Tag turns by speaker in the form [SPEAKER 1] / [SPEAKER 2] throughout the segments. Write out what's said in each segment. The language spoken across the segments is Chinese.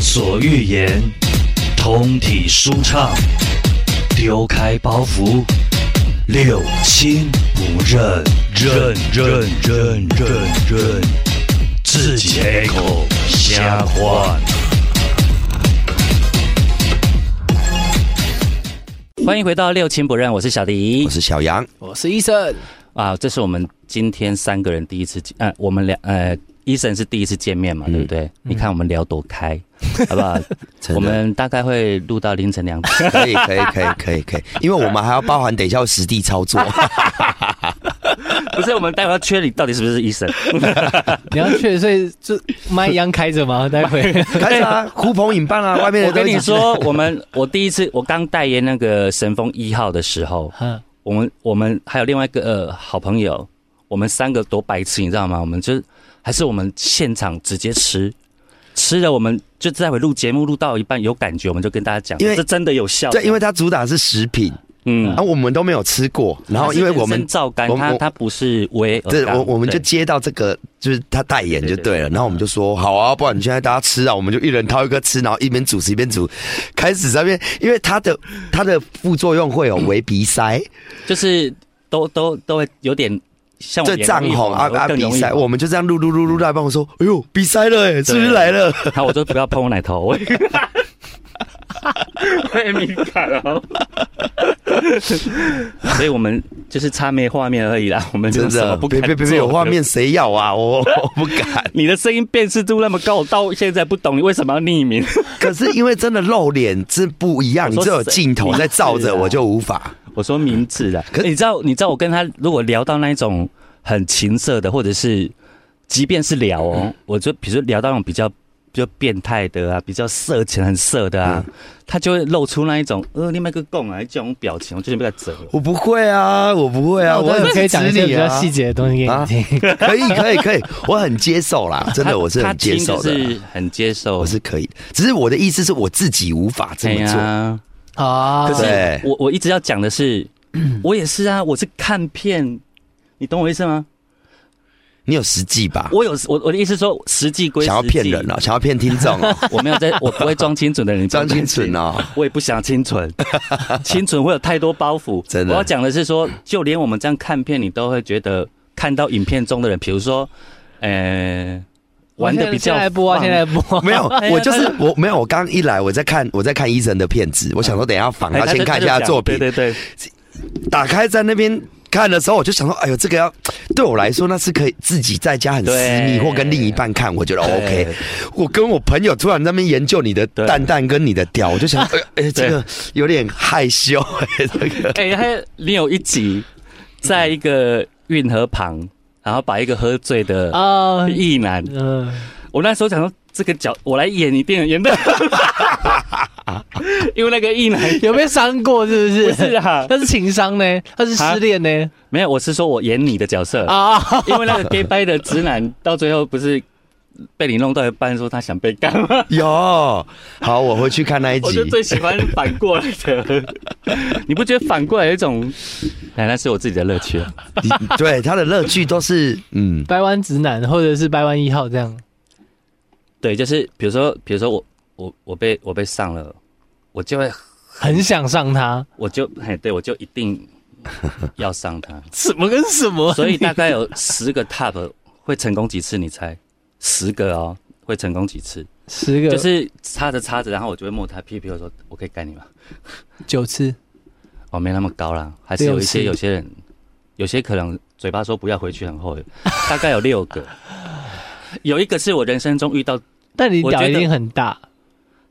[SPEAKER 1] 所欲言，通体舒畅，丢开包袱，六亲不认，认认认认认，自己开口瞎话。
[SPEAKER 2] 欢迎回到六亲不认，我是小迪
[SPEAKER 3] 我，是小杨，
[SPEAKER 4] 我是医生，
[SPEAKER 2] 啊，这是我们今天三个人第一次见，呃，我们俩，呃，医生是第一次见面
[SPEAKER 3] 嗯
[SPEAKER 2] 嘛，对不对？你看我们聊多 开，好不好？
[SPEAKER 3] 真的
[SPEAKER 2] 我们大概会录到凌晨两点。
[SPEAKER 3] 可以可以可以可以可以，因为我们还要包含等一下要实地 操作，
[SPEAKER 2] 不是，我们待会要确认你到底是不是医生。
[SPEAKER 4] 你要去，所以就麦一样开着吗？待会
[SPEAKER 3] 开始啊，呼朋引伴啊，外面
[SPEAKER 2] 我
[SPEAKER 3] 的
[SPEAKER 2] 跟
[SPEAKER 3] 都一
[SPEAKER 2] 你
[SPEAKER 3] 起
[SPEAKER 2] 说，我们我第一次我刚代言那个神风一号的时候，
[SPEAKER 4] 嗯
[SPEAKER 2] 我们我们还有另外一个呃好朋友，我们三个多白痴，你知道吗？我们就还是我们现场直接吃，吃了我们就待会录节目录到一半有感觉，我们就跟大家讲，
[SPEAKER 3] 因为
[SPEAKER 2] 这真的有效。
[SPEAKER 3] 对，因为它主打是食品，
[SPEAKER 2] 嗯
[SPEAKER 3] 然，后我们都没有吃过，然后因为我
[SPEAKER 2] 它是人
[SPEAKER 3] 们
[SPEAKER 2] 参皂苷，
[SPEAKER 3] 我
[SPEAKER 2] 它
[SPEAKER 3] 我
[SPEAKER 2] 它不是维尔
[SPEAKER 3] 对
[SPEAKER 2] 甘，
[SPEAKER 3] 我我们就
[SPEAKER 2] 对
[SPEAKER 3] 接到这个，就是他代言就对了，然后我们就说好啊，不然你现在大家吃啊，我们就一人掏一颗吃，然后一边主持一边煮，开始上面，因为它的它的副作用会有围鼻塞，
[SPEAKER 2] 就是都都都会有点像我
[SPEAKER 3] 这
[SPEAKER 2] 眼
[SPEAKER 3] 涨
[SPEAKER 2] 睛
[SPEAKER 3] 红啊
[SPEAKER 2] 会
[SPEAKER 3] 啊
[SPEAKER 2] 哦更
[SPEAKER 3] 鼻
[SPEAKER 2] 容易
[SPEAKER 3] 塞，
[SPEAKER 2] 红
[SPEAKER 3] 我们就这样录录录录到一半，我说哎呦鼻塞了哎，是不是来了？
[SPEAKER 2] 好，我就不要碰我奶头， 我会敏感哦。 所以我们就是差没画面而已啦， 我们
[SPEAKER 3] 真
[SPEAKER 2] 什么
[SPEAKER 3] 的，
[SPEAKER 2] 不
[SPEAKER 3] 别
[SPEAKER 2] 敢
[SPEAKER 3] 别别别有
[SPEAKER 2] 做
[SPEAKER 3] 画。面谁要啊？我我不敢
[SPEAKER 2] 。你的声音辨识度那么高，我到现在不懂你为什么要匿名。
[SPEAKER 3] 可是因为真的露脸是不一样，
[SPEAKER 2] 我
[SPEAKER 3] 你
[SPEAKER 2] 说
[SPEAKER 3] 只有镜头在照
[SPEAKER 2] 谁啊
[SPEAKER 3] 着，我就无法。
[SPEAKER 2] 我说明字啦，
[SPEAKER 3] 可
[SPEAKER 2] 可你知道，你知道我跟他如果聊到那一种很情色的，或者是即便是聊哦，
[SPEAKER 3] 嗯
[SPEAKER 2] 我就比如说聊到那种比较比较变态的啊，比较色情很色的啊，
[SPEAKER 3] 嗯
[SPEAKER 2] 他就会露出那一种呃，另外一个共啊这种表情，我就是被他折了。
[SPEAKER 3] 我不会啊，我不会啊，我
[SPEAKER 4] 我
[SPEAKER 3] 很
[SPEAKER 4] 可以讲一
[SPEAKER 3] 支持
[SPEAKER 4] 些比
[SPEAKER 3] 你
[SPEAKER 4] 较
[SPEAKER 3] 啊。
[SPEAKER 4] 细节的东西给你听。
[SPEAKER 3] 可以可以可以，我很接受 啦，真的
[SPEAKER 2] 他
[SPEAKER 3] 我是
[SPEAKER 2] 他
[SPEAKER 3] 很接
[SPEAKER 2] 听
[SPEAKER 3] 受
[SPEAKER 2] 就
[SPEAKER 3] 的，啊
[SPEAKER 2] 是很接受。
[SPEAKER 3] 我是可以的。只是我的意思是我自己无法这
[SPEAKER 2] 哎
[SPEAKER 3] 么做。
[SPEAKER 2] 呀，
[SPEAKER 4] 啊
[SPEAKER 2] 可
[SPEAKER 3] 对
[SPEAKER 2] 是我我一直要讲的 是，我也是啊，我是看片，你懂我意思吗？
[SPEAKER 3] 你有实际吧？
[SPEAKER 2] 我有我我的意思是说，实际归实际，
[SPEAKER 3] 想要骗人哦，想要骗听 众哦，
[SPEAKER 2] 我没有在，我不会装清纯的人，你不用
[SPEAKER 3] 装清
[SPEAKER 2] 担心
[SPEAKER 3] 纯哦。
[SPEAKER 2] 我也不想清纯， 清纯会有太多包袱。
[SPEAKER 3] 真的
[SPEAKER 2] 我要讲的是说，就连我们这样看片，你都会觉得看到影片中的人，比如说，呃，玩的比较
[SPEAKER 4] 现在播啊，
[SPEAKER 2] 放
[SPEAKER 4] 现在播啊，
[SPEAKER 3] 没有
[SPEAKER 2] 哎，呀
[SPEAKER 3] 我就是我没有。我刚一来，我在看我在看医生的片子，我想说等一下仿
[SPEAKER 2] 哎
[SPEAKER 3] 他，先
[SPEAKER 2] 就
[SPEAKER 3] 看一
[SPEAKER 2] 就
[SPEAKER 3] 下
[SPEAKER 2] 讲
[SPEAKER 3] 作品。
[SPEAKER 2] 对对对，
[SPEAKER 3] 打开在那边看的时候，我就想说，哎呦，这个要对我来说，那是可以自己在家很私密，
[SPEAKER 2] 对
[SPEAKER 3] 或跟另一半看，我觉得
[SPEAKER 2] 对
[SPEAKER 3] OK。我跟我朋友突然在那边研究你的
[SPEAKER 2] 对
[SPEAKER 3] 蛋蛋跟你的屌，我就 想，哎呦，哎，这个有点害羞， 哎，这 个
[SPEAKER 2] 哎、还有你有一集在一个运河旁，然后把一个喝醉的
[SPEAKER 4] 啊，
[SPEAKER 2] 异男，
[SPEAKER 4] 嗯，
[SPEAKER 2] 我那时候想说这个角我来演一定演的， 因为那个异男
[SPEAKER 4] 有被伤过是不
[SPEAKER 2] 不
[SPEAKER 4] 是？
[SPEAKER 2] 是 啊，
[SPEAKER 4] 他是情伤呢，他是失恋呢
[SPEAKER 2] 没有，我是说我演你的角色，
[SPEAKER 4] 啊！
[SPEAKER 2] 因为那个 gay bye 的直男到最后不是被你弄到一半说他想被干 吗？
[SPEAKER 3] 有好，我回去看那一
[SPEAKER 2] 我
[SPEAKER 3] 集
[SPEAKER 2] 就。最喜欢反过来的，你不觉得反过来有一种？哎，那是我自己的乐趣啊。
[SPEAKER 3] 你对他的乐趣都是，嗯，
[SPEAKER 4] 掰弯直男或者是掰弯一号这样，
[SPEAKER 2] 对，就是比如说，比如说我我我被我被上了，我就会
[SPEAKER 4] 很想上他，。
[SPEAKER 2] 我就哎，对我就一定要上 他
[SPEAKER 4] 什么跟什么？
[SPEAKER 2] 所以大概有十个 top 会成功几次？你猜？十个哦，会成功几次？
[SPEAKER 4] 十个
[SPEAKER 2] 就是插着插着，然后我就会摸他屁屁，我说我可以干你吗？
[SPEAKER 4] 九次，
[SPEAKER 2] 哦，没那么高啦，还是有一些
[SPEAKER 4] 六
[SPEAKER 2] 有些人，有些可能嘴巴说不要回去很后悔， 大概有六个，有一个是我人生中遇到
[SPEAKER 4] 但你
[SPEAKER 2] 我觉
[SPEAKER 4] 屌
[SPEAKER 2] 得
[SPEAKER 4] 一定很大，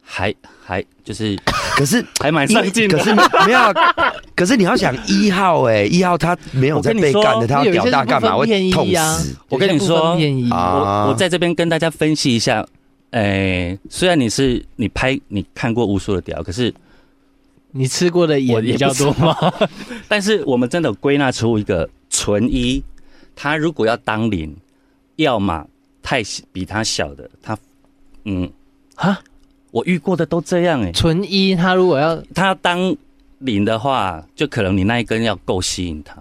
[SPEAKER 2] 还还就是
[SPEAKER 3] 可是
[SPEAKER 2] 还蛮上进的
[SPEAKER 3] 可。是没有啊，可是你要想一号哎，一号他没有在
[SPEAKER 2] 我跟你
[SPEAKER 3] 被
[SPEAKER 2] 说
[SPEAKER 3] 干的，他要屌大干嘛？
[SPEAKER 4] 有
[SPEAKER 3] 会
[SPEAKER 4] 一些是
[SPEAKER 3] 痛
[SPEAKER 4] 不分便宜啊
[SPEAKER 3] 死。
[SPEAKER 2] 我跟你说
[SPEAKER 4] 便宜
[SPEAKER 3] 啊
[SPEAKER 2] 我我在这边跟大家分析一下，诶、虽然你是你拍你看过无数的屌，可是
[SPEAKER 4] 你吃过的
[SPEAKER 2] 我
[SPEAKER 4] 盐
[SPEAKER 2] 也
[SPEAKER 4] 比较
[SPEAKER 2] 不知
[SPEAKER 4] 多吗？
[SPEAKER 2] 但是我们真的归纳出一个纯一，他如果要当零，要么太小比他小的，他嗯
[SPEAKER 4] 啊，
[SPEAKER 2] 我遇过的都这样哎、
[SPEAKER 4] 纯一他如果要
[SPEAKER 2] 他要当零的话，就可能你那一根要够吸引他。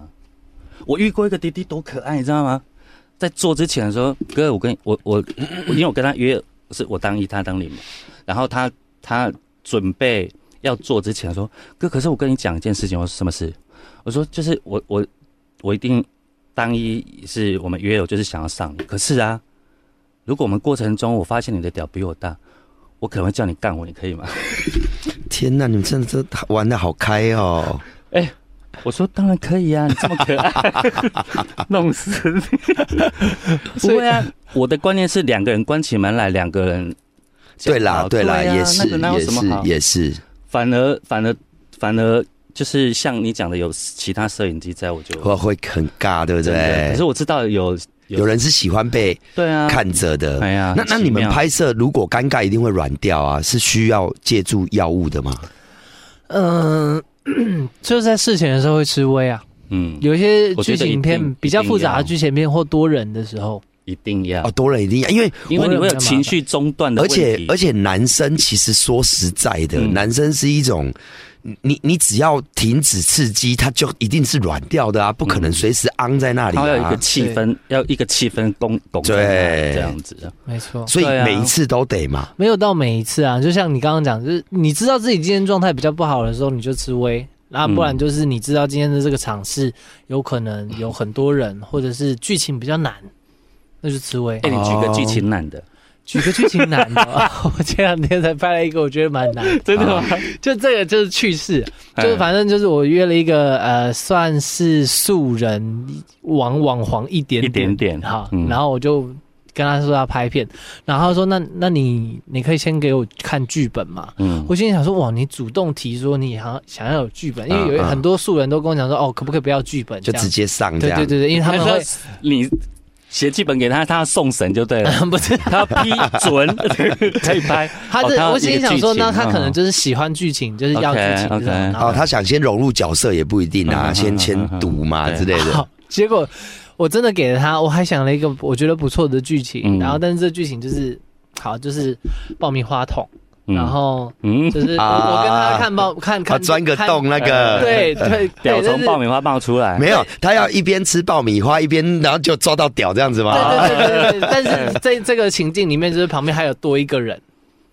[SPEAKER 2] 我遇过一个弟弟多可爱，你知道吗？在做之前说，哥，我跟你我我，我因为我跟他约是我当一，他当零嘛。然后他他准备要做之前他说：“哥，可是我跟你讲一件事情。”我说：“什么事？”我说：“就是我我我一定当一是我们约有，就是想要上你。可是啊，如果我们过程中我发现你的屌比我大，我可能会叫你干我，你可以吗？”
[SPEAKER 3] 天哪，你们真的真的玩的好开哦！
[SPEAKER 2] 哎、我说当然可以啊，你这么可 爱，弄死你！不会啊，我的观念是两个人关起门来，两个人
[SPEAKER 3] 对啦，
[SPEAKER 2] 对
[SPEAKER 3] 啦，
[SPEAKER 2] 啊
[SPEAKER 3] 也是
[SPEAKER 2] 那个哪有
[SPEAKER 3] 也
[SPEAKER 2] 什么
[SPEAKER 3] 是
[SPEAKER 2] 好？
[SPEAKER 3] 也是，
[SPEAKER 2] 反而反而反而就是像你讲的，有其他摄影机在，我就
[SPEAKER 3] 会会很尬，对不
[SPEAKER 2] 真的可
[SPEAKER 3] 哦对
[SPEAKER 2] 是？我知道有
[SPEAKER 3] 有人是喜欢被
[SPEAKER 2] 对啊，
[SPEAKER 3] 看着的。
[SPEAKER 2] 哎呀，
[SPEAKER 3] 那那
[SPEAKER 2] 很
[SPEAKER 3] 你
[SPEAKER 2] 奇
[SPEAKER 3] 们
[SPEAKER 2] 妙
[SPEAKER 3] 拍摄如果尴尬，一定会软掉啊？是需要借助药物的吗？
[SPEAKER 4] 嗯， 就是在事前的时候会吃威啊。
[SPEAKER 2] 嗯，
[SPEAKER 4] 有一些
[SPEAKER 2] 我觉
[SPEAKER 4] 剧
[SPEAKER 2] 得一定
[SPEAKER 4] 情片比较复杂的
[SPEAKER 2] 一定要
[SPEAKER 4] 剧情片或多人的时候，
[SPEAKER 2] 一定要
[SPEAKER 3] 哦，，多人一定要，因为
[SPEAKER 2] 啊因为你会有情绪中断的
[SPEAKER 3] 而
[SPEAKER 2] 问题，
[SPEAKER 3] 且而且男生其实说实在的，
[SPEAKER 2] 嗯
[SPEAKER 3] 男生是一种，你你你只要停止刺激，他就一定是软掉的啊，不可能随时昂在那
[SPEAKER 2] 嗯
[SPEAKER 3] 里
[SPEAKER 2] 它要有一
[SPEAKER 3] 啊
[SPEAKER 2] 个。气氛，要一个气氛拱拱在那
[SPEAKER 3] 对
[SPEAKER 2] 啊里这样子。
[SPEAKER 4] 没错，
[SPEAKER 3] 所以
[SPEAKER 2] 对啊
[SPEAKER 3] 每一次都得嘛，
[SPEAKER 4] 没有到每一次啊。就像你刚刚讲，就是你知道自己今天状态比较不好的时候，你就吃威。那不然
[SPEAKER 2] 嗯
[SPEAKER 4] 就是你知道今天的这个场是有可能有很多人，或者是剧情比较难，那就吃威
[SPEAKER 2] 哎、。你举
[SPEAKER 3] 哦
[SPEAKER 2] 个剧情难的，
[SPEAKER 4] 举个剧情难的， 我前两天才拍了一个，我觉得蛮难。
[SPEAKER 2] 真哎
[SPEAKER 3] 的吗？
[SPEAKER 4] 就这个就是趣事，啊就是反正就是我约了一个呃，算是素人网网黄一点
[SPEAKER 2] 一点点
[SPEAKER 4] 哈，
[SPEAKER 2] 嗯
[SPEAKER 4] 然后我就跟他说要拍片，然后他说那那你你可以先给我看剧本嘛。
[SPEAKER 2] 嗯
[SPEAKER 4] 我心里想说，哇，你主动提说你想要想要有剧本，因为
[SPEAKER 3] 嗯
[SPEAKER 4] 有
[SPEAKER 3] 嗯
[SPEAKER 4] 很多素人都跟我讲说，哦，可不可以不要剧本？
[SPEAKER 3] 就
[SPEAKER 4] 这样
[SPEAKER 3] 直接上这
[SPEAKER 4] 对
[SPEAKER 3] 样。
[SPEAKER 4] 对对对，因为他们
[SPEAKER 2] 说
[SPEAKER 4] 会
[SPEAKER 2] 你写剧本给他，他要送审就 对了，
[SPEAKER 4] 不是
[SPEAKER 2] 他要批准可以拍。
[SPEAKER 4] 他
[SPEAKER 2] 哦
[SPEAKER 4] 这，
[SPEAKER 2] 他
[SPEAKER 4] 我心里
[SPEAKER 2] 一个
[SPEAKER 4] 想
[SPEAKER 2] 剧
[SPEAKER 4] 说，
[SPEAKER 2] 情
[SPEAKER 4] 那他可能
[SPEAKER 2] 嗯
[SPEAKER 4] 就是喜欢剧情，就是要剧
[SPEAKER 2] OK，
[SPEAKER 4] 情这
[SPEAKER 2] OK
[SPEAKER 4] 种。然后
[SPEAKER 3] 哦，他想先融入角色也不一定啊，
[SPEAKER 2] 嗯
[SPEAKER 3] 先
[SPEAKER 2] 嗯
[SPEAKER 3] 先
[SPEAKER 2] 嗯
[SPEAKER 3] 读嘛
[SPEAKER 2] 对
[SPEAKER 3] 之类的
[SPEAKER 4] 好。，结果我真的给了他，我还想了一个我觉得不错的剧情，
[SPEAKER 2] 嗯
[SPEAKER 4] 然后但是这剧情就是好就是爆米花桶，
[SPEAKER 2] 嗯
[SPEAKER 4] 然后
[SPEAKER 2] 嗯，
[SPEAKER 4] 就是我,、
[SPEAKER 3] 啊
[SPEAKER 4] 跟他看爆看
[SPEAKER 3] 他
[SPEAKER 4] 看
[SPEAKER 3] 钻个
[SPEAKER 4] 看
[SPEAKER 3] 洞那个，
[SPEAKER 4] 对对
[SPEAKER 2] 表
[SPEAKER 4] 对，但
[SPEAKER 2] 从
[SPEAKER 4] 是
[SPEAKER 2] 爆米花冒出来，
[SPEAKER 3] 没有，他要一边吃爆米花一边，然后就抓到屌这样子吗？
[SPEAKER 4] 对对对对对，但是在这个情境里面，就是旁边还有多一个人。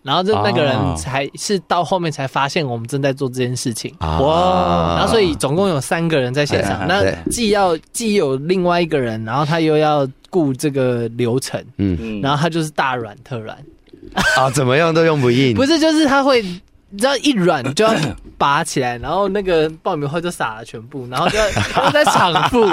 [SPEAKER 4] 然后就那个人
[SPEAKER 2] 哦
[SPEAKER 4] 才、是到后面才发现我们正在做这件事情，
[SPEAKER 3] 啊哎
[SPEAKER 4] 哇！然后所以总共有三个人在现
[SPEAKER 2] 对
[SPEAKER 4] 场，那
[SPEAKER 3] 对
[SPEAKER 4] 既要既有另外一个人，然后他又要顾这个流程，
[SPEAKER 2] 嗯
[SPEAKER 4] 然后他就是大软特软，
[SPEAKER 3] 啊，怎么样都用不硬。
[SPEAKER 4] 不是就是他会，你知道一软就要 拔起来，然后那个爆米花就撒了全部，然 后就要要再抢布，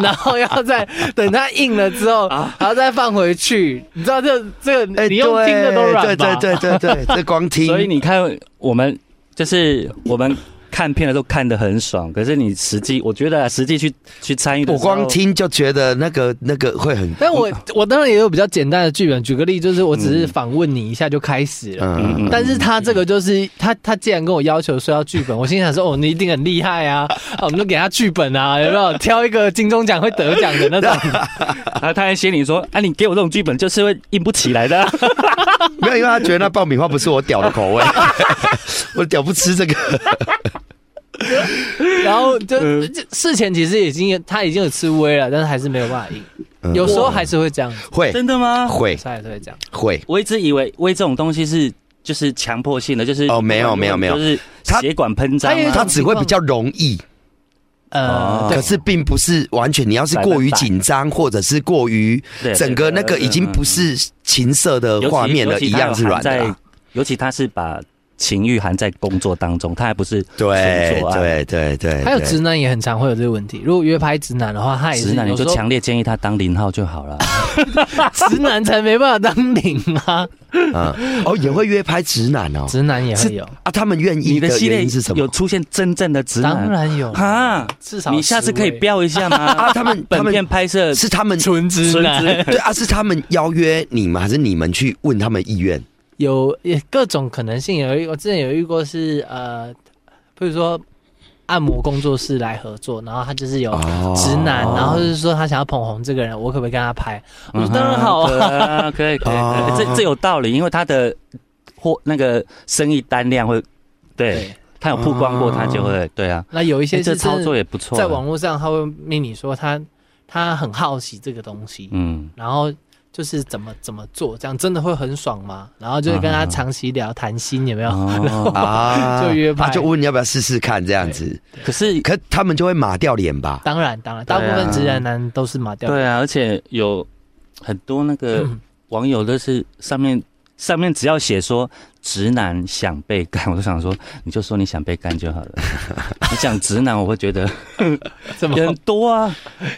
[SPEAKER 4] 然后要再等它硬了之后，然后再放回去，你知道这这个
[SPEAKER 3] 啊哎，
[SPEAKER 4] 你用听的都软
[SPEAKER 3] 对
[SPEAKER 4] 吧？
[SPEAKER 3] 对对对对，对这光听。
[SPEAKER 2] 所以你看，我们就是我们看片的时候看得很爽，可是你实际，我觉得啊实际去去参与的
[SPEAKER 3] 我
[SPEAKER 2] 时候，
[SPEAKER 3] 光听就觉得那个那个会很，
[SPEAKER 4] 但我我当然也有比较简单的剧本，举个例就是我只是访问你一下就开始了。
[SPEAKER 3] 嗯，
[SPEAKER 4] 但是他这个就是他，他既然跟我要求说要剧本，我心想说哦，你一定很厉害啊，啊我们就给他剧本啊，有没有挑一个金钟奖会得奖的那种？
[SPEAKER 2] 然后他还心里说：“啊，你给我这种剧本，就是会硬不起来 的啊。
[SPEAKER 3] 没有，因为他觉得那爆米花不是我屌的口味，我屌不吃这个。
[SPEAKER 4] 然后
[SPEAKER 2] 嗯
[SPEAKER 4] 就就事前其实已经他已经有吃威了，但是还是没有办法
[SPEAKER 3] 嗯
[SPEAKER 4] 赢，有时候还是会这样，
[SPEAKER 3] 会”
[SPEAKER 2] 真的吗？
[SPEAKER 3] 会
[SPEAKER 4] 有时候还是会这样。
[SPEAKER 3] 会，
[SPEAKER 2] 我一直以为微这种东西是就是强迫性的，就是
[SPEAKER 3] 哦没有没有没有
[SPEAKER 2] 就是血管喷张
[SPEAKER 4] 它有一
[SPEAKER 2] 啊，
[SPEAKER 4] 种
[SPEAKER 3] 他只会比较容易，
[SPEAKER 4] 呃
[SPEAKER 2] 哦，
[SPEAKER 3] 可是并不是完全。你要是过于紧张，或者是过于
[SPEAKER 2] 对
[SPEAKER 3] 整个那个已经不是情色的
[SPEAKER 2] 尤其
[SPEAKER 3] 画面了，
[SPEAKER 2] 尤其
[SPEAKER 3] 一
[SPEAKER 2] 它
[SPEAKER 3] 样
[SPEAKER 2] 有
[SPEAKER 3] 是软的
[SPEAKER 2] 含
[SPEAKER 3] 啦
[SPEAKER 2] 在。尤其他是把情欲含在工作当中，他还不是
[SPEAKER 3] 对
[SPEAKER 2] 纯做爱
[SPEAKER 3] 对对对，
[SPEAKER 4] 还有
[SPEAKER 3] 对
[SPEAKER 4] 直男也很常会有这个问题。如果约拍直男的话，他也是
[SPEAKER 2] 直男，你
[SPEAKER 4] 有
[SPEAKER 2] 就
[SPEAKER 4] 时候
[SPEAKER 2] 强烈建议他当零号就好了。
[SPEAKER 4] 直男才没办法当零啊，
[SPEAKER 3] 嗯，哦，也会约拍直男哦。
[SPEAKER 4] 直男也会有，
[SPEAKER 3] 啊，他们愿意
[SPEAKER 2] 你
[SPEAKER 3] 的
[SPEAKER 2] 的系
[SPEAKER 3] 原
[SPEAKER 2] 列
[SPEAKER 3] 因是什
[SPEAKER 2] 有
[SPEAKER 3] 么？
[SPEAKER 2] 出现真正的直男？
[SPEAKER 4] 当然有
[SPEAKER 2] 哈，
[SPEAKER 4] 至少
[SPEAKER 2] 你下次可以标一下吗？
[SPEAKER 3] 啊，他们他
[SPEAKER 2] 本
[SPEAKER 3] 们
[SPEAKER 2] 片拍摄
[SPEAKER 3] 是他们
[SPEAKER 4] 纯直男，
[SPEAKER 3] 对啊，是他们邀约你们，还是你们去问他们意愿？
[SPEAKER 4] 有也各种可能性。有一我之前有遇过是呃，比如说按摩工作室来合作，然后他就是有
[SPEAKER 2] 啊
[SPEAKER 3] 哦
[SPEAKER 4] 直男，然后就是说他想要捧红这个人，我可不可以跟他拍？我说
[SPEAKER 2] 嗯哼
[SPEAKER 4] 当然好啊，
[SPEAKER 2] 可啊，可以可以，可
[SPEAKER 3] 哦
[SPEAKER 2] 以这这有道理，因为他的货那个生意单量会，对
[SPEAKER 4] 对，
[SPEAKER 2] 他有曝光过，他就会对啊，
[SPEAKER 4] 那有一些
[SPEAKER 2] 哎这
[SPEAKER 4] 是
[SPEAKER 2] 操
[SPEAKER 4] 真
[SPEAKER 2] 作
[SPEAKER 4] 的
[SPEAKER 2] 也不错，
[SPEAKER 4] 在网络上，他会命你说他他很好奇这个东西，
[SPEAKER 2] 嗯
[SPEAKER 4] 然后就是怎么怎么做，这样真的会很爽吗？然后就是跟
[SPEAKER 2] 啊
[SPEAKER 4] 他长期聊谈心，有没有？
[SPEAKER 2] 哦，
[SPEAKER 3] 啊
[SPEAKER 4] 就约
[SPEAKER 3] 他
[SPEAKER 4] 拍
[SPEAKER 3] 就问你要不要试试看这样子，
[SPEAKER 2] 可是
[SPEAKER 3] 可他们就会麻掉脸吧？
[SPEAKER 4] 当然，当然，
[SPEAKER 2] 对啊
[SPEAKER 4] 大部分直男男都是马掉的。
[SPEAKER 2] 对啊，而且有很多那 个
[SPEAKER 4] 嗯
[SPEAKER 2] 网友都是上面上面只要写说直男想被干，我就想说你就说你想被干就好了。 你讲直男，我会觉得
[SPEAKER 4] 怎么
[SPEAKER 2] 人多啊，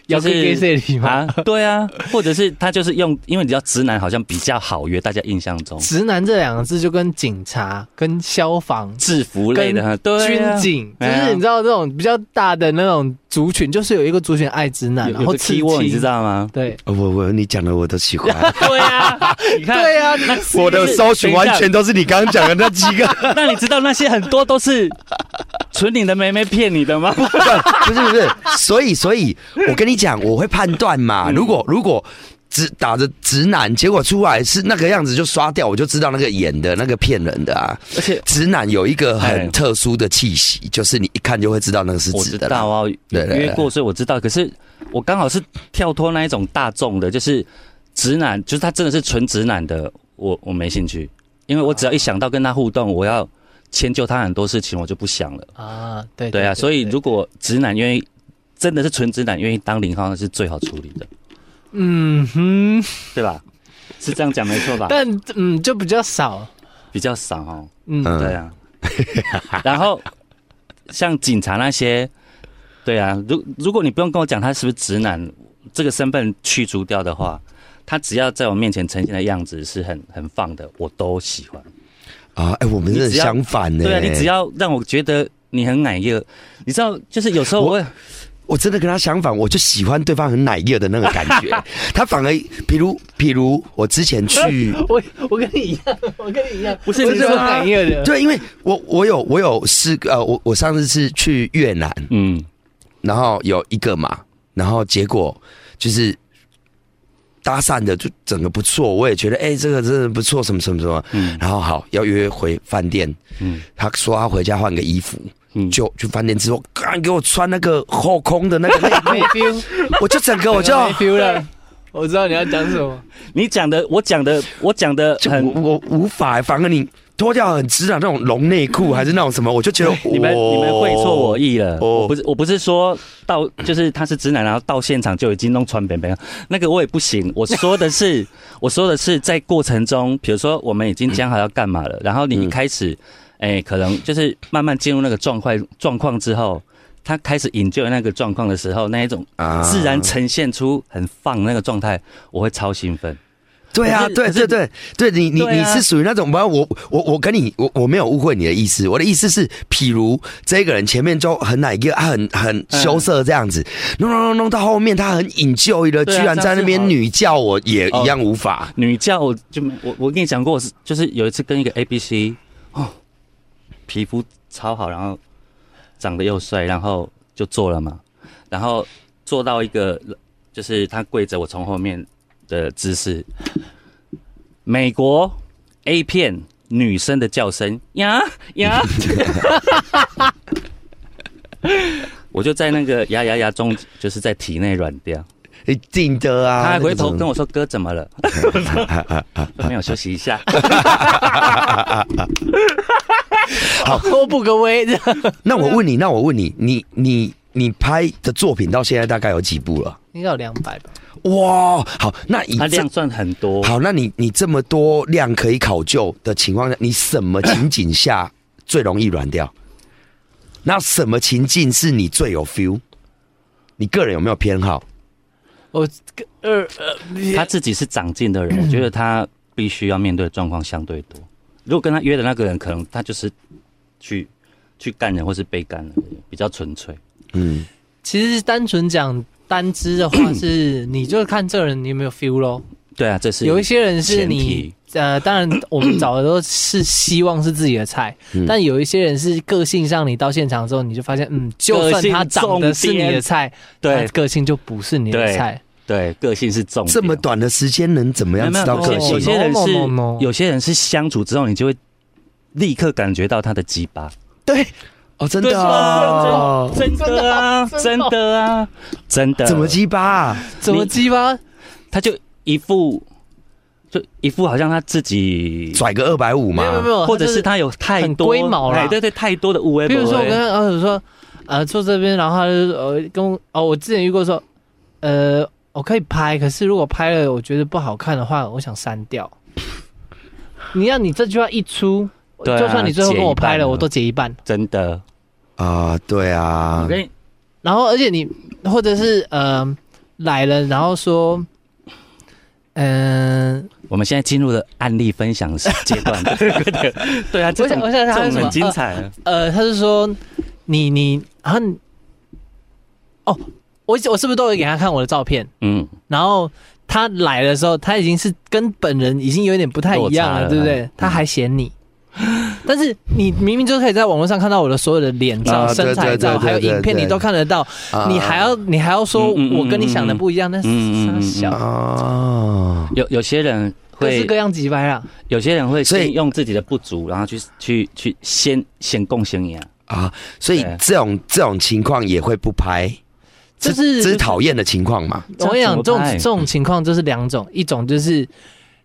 [SPEAKER 4] 要
[SPEAKER 2] 就是
[SPEAKER 4] 跟 gay 这里吗？
[SPEAKER 2] 啊，对啊，或者是他就是用，因为你知道直男好像比较好约，大家印象中
[SPEAKER 4] 直男这两个字就跟警察、跟消防、
[SPEAKER 2] 制服类的，对、啊，
[SPEAKER 4] 军警，就
[SPEAKER 2] 哎呀
[SPEAKER 4] 是你知道这种比较大的那种族群，就是有一个族群爱直男，
[SPEAKER 2] 有
[SPEAKER 4] 然
[SPEAKER 2] 有
[SPEAKER 4] 后
[SPEAKER 2] 个
[SPEAKER 4] 刺
[SPEAKER 2] key
[SPEAKER 4] 激，
[SPEAKER 2] word 你知道 吗？
[SPEAKER 4] 对
[SPEAKER 3] 哦我我你讲的我都喜欢，
[SPEAKER 2] 对啊，你看，
[SPEAKER 4] 对啊，
[SPEAKER 3] 我的搜寻完全都是你刚刚讲的 那几个，
[SPEAKER 2] 那你知道那些很多都是纯你的妹妹骗你的吗？
[SPEAKER 3] 不是不是，所以所以，我跟你讲，我会判断嘛。如果如果直打着直男，结果出来是那个样子就刷掉，我就知道那个演的那个骗人的啊。
[SPEAKER 2] 而且
[SPEAKER 3] 直男有一个
[SPEAKER 2] 哎
[SPEAKER 3] 很特殊的气息，就是你一看就会知道那个是
[SPEAKER 2] 我
[SPEAKER 3] 直
[SPEAKER 2] 知
[SPEAKER 3] 的
[SPEAKER 2] 道
[SPEAKER 3] 啦。
[SPEAKER 2] 啊，
[SPEAKER 3] 对对对
[SPEAKER 2] 约过，所以我知道。可是我刚好是跳脱那一种大众的，就是直男，就是他真的是纯直男的，我我没兴趣，因为我只要一想到跟他互动，我要迁就他很多事情，我就不想了。
[SPEAKER 4] 啊，对
[SPEAKER 2] 对啊，所以
[SPEAKER 4] 对
[SPEAKER 2] 如果直男愿意，真的是纯直男愿意当零号，那是最好处理的，
[SPEAKER 4] 嗯哼，
[SPEAKER 2] 对吧？是这样讲没错吧？
[SPEAKER 4] 但嗯就比较少，
[SPEAKER 2] 比较少哦。
[SPEAKER 4] 嗯，。
[SPEAKER 3] 嗯
[SPEAKER 2] 对啊， 然后像警察那些，对啊，如如果你不用跟我讲他是不是直男，这个身份去除掉的话，他只要在我面前呈现的样子是很很放的，我都喜欢。
[SPEAKER 3] 啊，哎、我们真的
[SPEAKER 2] 你只要
[SPEAKER 3] 相反呢、
[SPEAKER 2] 对啊，你只要让我觉得你很奶热，你知道，就是有时候我会
[SPEAKER 3] 我真的跟他相反，我就喜欢对方很奶热的那个感 觉。他反而，比如比如我之前去
[SPEAKER 4] 我我跟你一样，我跟你一样，
[SPEAKER 2] 不是
[SPEAKER 4] 我
[SPEAKER 2] 你
[SPEAKER 4] 是
[SPEAKER 2] 是
[SPEAKER 4] 很
[SPEAKER 2] 吗
[SPEAKER 4] 满意的，
[SPEAKER 3] 对，因为我我有我有是呃，我我上次是去越南，
[SPEAKER 2] 嗯，
[SPEAKER 3] 然后有一个嘛，然后结果就是搭讪的就整个不错，我也觉得哎、这个真的不错，什么什么什么，
[SPEAKER 2] 嗯
[SPEAKER 3] 然后好要约回饭店，
[SPEAKER 2] 嗯
[SPEAKER 3] 他说他回家换个衣服，
[SPEAKER 2] 嗯
[SPEAKER 3] 就去饭店之后，刚给我穿那个后空的那个内
[SPEAKER 4] 没 feel，
[SPEAKER 3] 裤，我就整个我就
[SPEAKER 4] 没 feel 了，我知道你要讲什么，
[SPEAKER 2] 你讲的，我讲的，我讲的
[SPEAKER 3] 就
[SPEAKER 2] 很。
[SPEAKER 3] 我我无法，反而你脱掉很直啊那种龙内裤还是那种什么，我就觉得
[SPEAKER 2] 你们你们会错我
[SPEAKER 3] 意，
[SPEAKER 2] 意了，
[SPEAKER 3] 哦
[SPEAKER 2] 我不是我不是说到就是他是直男，然后到现场就已经弄穿扁扁，那个我也不行。我说的 是我说的是在过程中，比如说我们已经讲好要干嘛了，然后你一开
[SPEAKER 3] 嗯
[SPEAKER 2] 始，哎、可能就是慢慢进入那个状况状况之后，他开始引咎那个状况的时候，那一种
[SPEAKER 3] 啊
[SPEAKER 2] 自然呈现出很放那个状态，我会超兴奋。
[SPEAKER 3] 对啊，
[SPEAKER 2] 可是
[SPEAKER 3] 对
[SPEAKER 2] 可
[SPEAKER 3] 对
[SPEAKER 2] 是
[SPEAKER 3] 对对，你你
[SPEAKER 2] 对
[SPEAKER 3] 你
[SPEAKER 2] 啊
[SPEAKER 3] 是属于那种，不然我我我跟你我我没有误会你的意思，我的意思是，譬如这个人前面就很哪一个啊很很
[SPEAKER 2] 嗯
[SPEAKER 3] 羞涩这样子，弄弄弄弄到后面他很引咎的，居
[SPEAKER 2] 对啊
[SPEAKER 3] 然
[SPEAKER 2] 这样
[SPEAKER 3] 在那
[SPEAKER 2] 是
[SPEAKER 3] 边
[SPEAKER 2] 好
[SPEAKER 3] 女叫我也
[SPEAKER 2] 哦
[SPEAKER 3] 一样无法，
[SPEAKER 2] 女教我就没我我跟你讲过，我是就是有一次跟一个 A B C 哦，皮肤超好，然后长得又帅，然后就做了嘛，然后做到一个就是他跪着我从后面的姿势，美国 A 片女生的叫声呀呀，我就在那个呀呀呀中，就是在体内软掉。
[SPEAKER 3] 一定的啊，
[SPEAKER 2] 他还回头
[SPEAKER 3] 那个
[SPEAKER 2] 跟
[SPEAKER 3] 什么
[SPEAKER 2] 我说：“哥，怎么 了？”我说没有休息一下。
[SPEAKER 4] 我补个微，
[SPEAKER 3] 那
[SPEAKER 2] 啊
[SPEAKER 3] 我问你，那我问你，你你你拍的作品到现在大概有几部了？
[SPEAKER 4] 应该有两百吧，
[SPEAKER 3] 哇，好，那以
[SPEAKER 2] 他
[SPEAKER 3] 这
[SPEAKER 2] 量算很多，
[SPEAKER 3] 好，那你你这么多量可以考究的情况下，你什么情景下最容易软
[SPEAKER 4] 嗯
[SPEAKER 3] 掉？那什么情境是你最有 feel？你个人有没有偏好？
[SPEAKER 4] 我二呃，
[SPEAKER 2] 他自己是长进的人，我觉得他必须要面对的状况相对多。如果跟他约的那个人，可能他就是去去干人或是被干人，比较纯粹。
[SPEAKER 3] 嗯，
[SPEAKER 4] 其实单纯讲单支的话是，你就看这个人你有没有 feel 咯。
[SPEAKER 2] 对啊，这是
[SPEAKER 4] 有一些人是
[SPEAKER 2] 前
[SPEAKER 4] 你
[SPEAKER 2] 提
[SPEAKER 4] 呃，当然我们找的都是希望是自己的菜，
[SPEAKER 2] 嗯
[SPEAKER 4] 但有一些人是个性上，你到现场之后你就发现，嗯，就算他长得是你的菜，
[SPEAKER 2] 对
[SPEAKER 4] 他个性就不是你的菜。
[SPEAKER 2] 对个性是重点
[SPEAKER 3] 这么短的时间能怎么样
[SPEAKER 2] 没
[SPEAKER 3] 知
[SPEAKER 2] 有
[SPEAKER 3] 道
[SPEAKER 2] 没有
[SPEAKER 3] 个性
[SPEAKER 2] 有？些人
[SPEAKER 4] No,
[SPEAKER 2] 是
[SPEAKER 4] no, no, no
[SPEAKER 2] 有些人是相处之后，你就会立刻感觉到他的鸡巴。
[SPEAKER 4] 对，
[SPEAKER 3] 哦，真
[SPEAKER 2] 对
[SPEAKER 3] 的哦，
[SPEAKER 2] 真的啊，真的啊，真的。
[SPEAKER 3] 怎么鸡巴啊、
[SPEAKER 4] 怎么鸡巴？
[SPEAKER 2] 他就一副就一副好像他自己，
[SPEAKER 3] 拽个二百五嘛
[SPEAKER 4] 没，有没有没有，
[SPEAKER 2] 或者是
[SPEAKER 4] 他
[SPEAKER 2] 他有太
[SPEAKER 4] 很
[SPEAKER 2] 多
[SPEAKER 4] 龟毛啦
[SPEAKER 2] 哎对对，太多的误会。
[SPEAKER 4] 就是，比如说我跟儿子说，呃，坐这边，然后他就呃跟我哦，我之前遇过说，呃，我可以拍，可是如果拍了我觉得不好看的话，我想删掉。你让你这句话一出，
[SPEAKER 2] 对啊
[SPEAKER 4] 就算你最后跟我
[SPEAKER 2] 截一
[SPEAKER 4] 拍
[SPEAKER 2] 半
[SPEAKER 4] 了，
[SPEAKER 2] 了
[SPEAKER 4] 我都截一半。
[SPEAKER 2] 真的，
[SPEAKER 3] 啊，对啊
[SPEAKER 2] 我，跟你
[SPEAKER 4] 然后而且你或者是呃来了，然后说，嗯、
[SPEAKER 2] 我们现在进入了案例分享阶 段，对啊，这
[SPEAKER 4] 我想
[SPEAKER 2] 种
[SPEAKER 4] 我想想
[SPEAKER 2] 这
[SPEAKER 4] 什
[SPEAKER 2] 种
[SPEAKER 4] 么
[SPEAKER 2] 很精彩啊，
[SPEAKER 4] 呃，他是说你你然后你哦，我我是不是都有给他看我的照片？
[SPEAKER 2] 嗯，
[SPEAKER 4] 然后他来的时候，他已经是跟本人已经有点不太一
[SPEAKER 2] 落
[SPEAKER 4] 样
[SPEAKER 2] 差
[SPEAKER 4] 了，
[SPEAKER 2] 了
[SPEAKER 4] 对不对
[SPEAKER 2] 嗯？
[SPEAKER 4] 他还嫌你。 但是你明明就可以在网络上看到我的所有的脸照、
[SPEAKER 3] 啊对
[SPEAKER 4] 身材照，
[SPEAKER 3] 对对对
[SPEAKER 4] 还有
[SPEAKER 3] 对
[SPEAKER 4] 影片，
[SPEAKER 3] 对
[SPEAKER 4] 你都看得到。
[SPEAKER 3] 啊
[SPEAKER 4] 你还要你还要说
[SPEAKER 2] 嗯嗯嗯
[SPEAKER 4] 我跟你想的不一样，那
[SPEAKER 2] 嗯嗯嗯嗯
[SPEAKER 4] 是傻小，
[SPEAKER 3] 啊，
[SPEAKER 2] 有有些人
[SPEAKER 4] 各式
[SPEAKER 2] 会
[SPEAKER 4] 各，样几啊掰啦。
[SPEAKER 2] 有些人会
[SPEAKER 3] 所以
[SPEAKER 2] 先用自己的不足，然后去去去先先贡献一下，
[SPEAKER 3] 啊，所以
[SPEAKER 2] 对
[SPEAKER 3] 这种这种情况也会不拍，
[SPEAKER 4] 就
[SPEAKER 3] 这
[SPEAKER 4] 是
[SPEAKER 3] 这是讨厌的情况嘛？
[SPEAKER 2] 这
[SPEAKER 4] 我
[SPEAKER 2] 样
[SPEAKER 4] 跟你讲，
[SPEAKER 2] 怎
[SPEAKER 4] 这
[SPEAKER 2] 么
[SPEAKER 4] 种
[SPEAKER 2] 拍
[SPEAKER 4] 这种情况就是两种，一种就是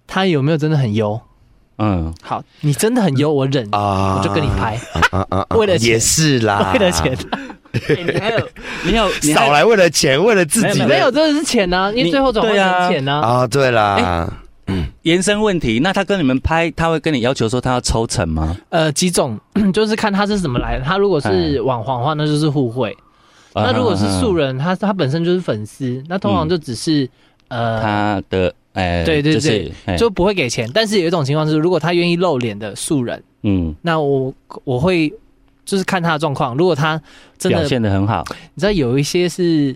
[SPEAKER 4] 他有没有真的很优，
[SPEAKER 2] 嗯，
[SPEAKER 4] 好，你真的很优，我忍，
[SPEAKER 3] 啊，
[SPEAKER 4] 我就跟你拍，
[SPEAKER 3] 啊啊
[SPEAKER 4] 为了钱
[SPEAKER 3] 也是啊啦，
[SPEAKER 4] 为了钱，哎
[SPEAKER 2] 你还有 你有你还
[SPEAKER 3] 少
[SPEAKER 2] 有
[SPEAKER 3] 来为了钱，为了自己的
[SPEAKER 4] 没有，真的是钱呐，因为
[SPEAKER 2] 你
[SPEAKER 4] 最后转换
[SPEAKER 2] 对啊
[SPEAKER 4] 成钱呐。
[SPEAKER 3] 啊，对
[SPEAKER 4] 哎
[SPEAKER 3] 啦，
[SPEAKER 2] 延伸问题，那他跟你们拍，他会跟你要求说他要抽成吗？
[SPEAKER 4] 呃，几种 就是看他是怎么来的。他如果是网黄的话，那就是互惠；
[SPEAKER 2] 啊
[SPEAKER 4] 那如果
[SPEAKER 2] 嗯
[SPEAKER 4] 是素人，他他本身就是粉丝，那通常就只是
[SPEAKER 2] 嗯，
[SPEAKER 4] 呃，
[SPEAKER 2] 他的哎，
[SPEAKER 4] 对对
[SPEAKER 2] 就是哎
[SPEAKER 4] 就不会给钱。但是有一种情况是，如果他愿意露脸的素人，
[SPEAKER 2] 嗯，
[SPEAKER 4] 那我我会就是看他的状况。如果他真
[SPEAKER 2] 表
[SPEAKER 4] 的，
[SPEAKER 2] 现的很好，
[SPEAKER 4] 你知道有一些是，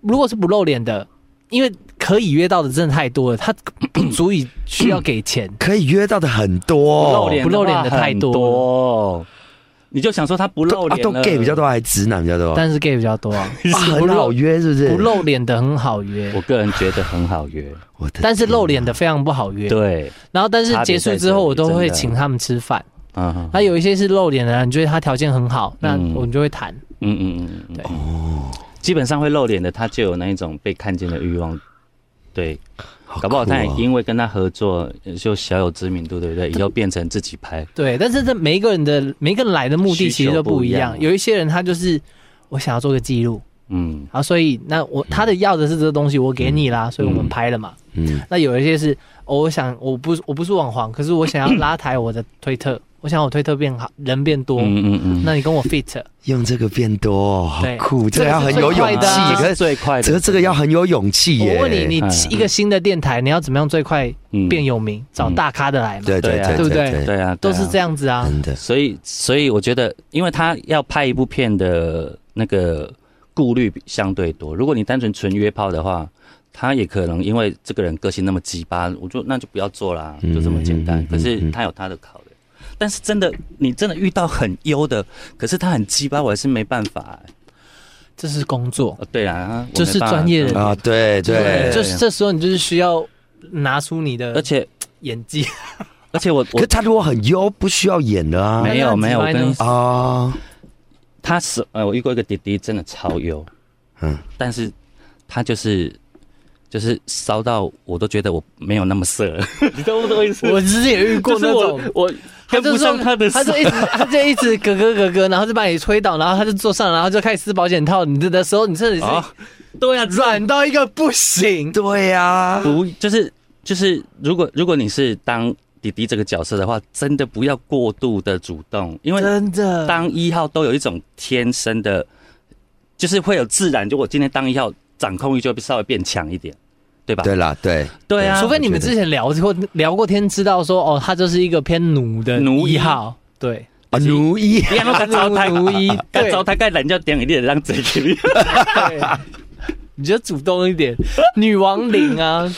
[SPEAKER 4] 如果是不露脸的，因为可以约到的真的太多了，他 不足以需要给钱。
[SPEAKER 3] 可以约到的很多哦，
[SPEAKER 2] 露脸
[SPEAKER 4] 不露脸的
[SPEAKER 2] 话
[SPEAKER 4] 太
[SPEAKER 2] 很
[SPEAKER 4] 多
[SPEAKER 2] 多，你就想说他不露
[SPEAKER 3] 都啊
[SPEAKER 2] 脸
[SPEAKER 3] 都
[SPEAKER 2] 了
[SPEAKER 3] gay 比较多，还是直男比较多？
[SPEAKER 4] 但是 gay 比较多啊，
[SPEAKER 3] 啊
[SPEAKER 4] 不
[SPEAKER 3] 很
[SPEAKER 4] 露
[SPEAKER 3] 好约是不是？
[SPEAKER 4] 不露脸的很好约
[SPEAKER 2] 我，个人觉得很好约，
[SPEAKER 3] 我的天，
[SPEAKER 4] 但是露脸的非常不好约。
[SPEAKER 2] 对，
[SPEAKER 4] 然后，但是结束之后，我都会请他们吃饭。
[SPEAKER 2] 嗯，
[SPEAKER 4] 那有一些是露脸的，你觉得他条件很好，那
[SPEAKER 2] 嗯
[SPEAKER 4] 我们就会谈。
[SPEAKER 2] 嗯嗯嗯嗯，
[SPEAKER 4] 对
[SPEAKER 2] 哦，基本上会露脸的，他就有那一种被看见的欲望，对，搞不好他也
[SPEAKER 3] 好酷哦
[SPEAKER 2] 因为跟他合作呃就小有知名度，对不对？以后变成自己拍，
[SPEAKER 4] 对，但是这每一个人的每一个人来的目的其实都不一
[SPEAKER 2] 需求
[SPEAKER 4] 样。
[SPEAKER 2] 不一样
[SPEAKER 4] 有一些人他就是我想要做个记录，
[SPEAKER 2] 嗯，
[SPEAKER 4] 然后所以那我他的要的是这个东西，我给你啦，所以我们拍了嘛。
[SPEAKER 3] 嗯
[SPEAKER 4] 那有一些是、哦我想我不我不是网黄，可是我想要拉抬我的推特，我想我推特变好，人变多，
[SPEAKER 2] 嗯嗯嗯，
[SPEAKER 4] 那你跟我 fit。
[SPEAKER 3] 用这个变多哦，好
[SPEAKER 4] 对
[SPEAKER 3] 酷，这
[SPEAKER 4] 这
[SPEAKER 3] 个
[SPEAKER 4] 个
[SPEAKER 3] 要
[SPEAKER 4] 是
[SPEAKER 3] 很
[SPEAKER 4] 最
[SPEAKER 3] 有勇
[SPEAKER 4] 快的
[SPEAKER 3] 气
[SPEAKER 4] 啊，
[SPEAKER 3] 可
[SPEAKER 2] 是
[SPEAKER 3] 是
[SPEAKER 2] 最快的，
[SPEAKER 3] 这个这个要很有勇气耶。
[SPEAKER 4] 我问你，你
[SPEAKER 2] 嗯
[SPEAKER 4] 一个新的电台，你要怎么样最快
[SPEAKER 2] 嗯
[SPEAKER 4] 变有名？找大咖的来嘛，
[SPEAKER 3] 对对
[SPEAKER 2] 对啊
[SPEAKER 3] 对
[SPEAKER 4] 对不对
[SPEAKER 2] 对啊，
[SPEAKER 4] 都是这
[SPEAKER 2] 样。
[SPEAKER 4] 样子啊。
[SPEAKER 3] 真的
[SPEAKER 2] 所以，所以我觉得，因为他要拍一部片的那个顾虑相对多。如果你单纯纯约炮的话，他也可能因为这个人个性那么鸡巴，我就那就不要做啦，就这么简单。
[SPEAKER 3] 嗯嗯嗯嗯
[SPEAKER 2] 可是他有他的考虑。但是真的，你真的遇到很优的，可是他很鸡巴，我还是没办法、欸。
[SPEAKER 4] 这是工作，
[SPEAKER 2] 哦，对啦，我没办法
[SPEAKER 4] 就是专业人
[SPEAKER 3] 啊，对对
[SPEAKER 2] 对。
[SPEAKER 4] 就是这时候你就是需要拿出你
[SPEAKER 2] 而
[SPEAKER 4] 的
[SPEAKER 2] 且
[SPEAKER 4] 演技。
[SPEAKER 2] 而且我
[SPEAKER 3] 可是
[SPEAKER 2] 我
[SPEAKER 3] 他如果很优，不需要演的 啊
[SPEAKER 2] 没有
[SPEAKER 4] 那
[SPEAKER 2] 没有，
[SPEAKER 4] 那
[SPEAKER 2] 我
[SPEAKER 4] 很鸡掰呢
[SPEAKER 2] 跟 你
[SPEAKER 3] 啊，
[SPEAKER 2] 他是呃，我遇过一个弟弟，真的超优，
[SPEAKER 3] 嗯
[SPEAKER 2] 嗯，但是他就是就是骚到我都觉得我没有那么色了， 你懂我的意思？
[SPEAKER 4] 我之前也遇过
[SPEAKER 2] 就是
[SPEAKER 4] 那
[SPEAKER 2] 我
[SPEAKER 4] 种，
[SPEAKER 2] 我跟
[SPEAKER 4] 就
[SPEAKER 2] 不上
[SPEAKER 4] 说
[SPEAKER 2] 他的
[SPEAKER 4] 他
[SPEAKER 2] 色
[SPEAKER 4] 就， 一直他就一直咯咯咯咯，然后就把你推倒，然后他就坐上，然后就开始撕保险套。你这的时候，你真的
[SPEAKER 2] 啊
[SPEAKER 4] 是对呀，软到一个不行。
[SPEAKER 3] 对啊呀，
[SPEAKER 2] 不就是就是如果如果你是当弟弟这个角色的话，真的不要过度的主动，因为
[SPEAKER 4] 真的，
[SPEAKER 2] 当一号都有一种天生的，就是会有自然，就我今天当一号掌控欲就会稍微变强一点，对吧？
[SPEAKER 3] 对啦，对，
[SPEAKER 2] 对啊，
[SPEAKER 4] 除非你们之前聊过聊过天，知道说哦，他就是一个偏奴的
[SPEAKER 2] 奴
[SPEAKER 4] 一
[SPEAKER 2] 一
[SPEAKER 4] 号，对，
[SPEAKER 3] 啊，奴役
[SPEAKER 2] 你还没有招他，
[SPEAKER 4] 奴奴役 对
[SPEAKER 2] 敢招他，该人家点一点让自己。
[SPEAKER 4] 对，你就主动 一点，女王领啊，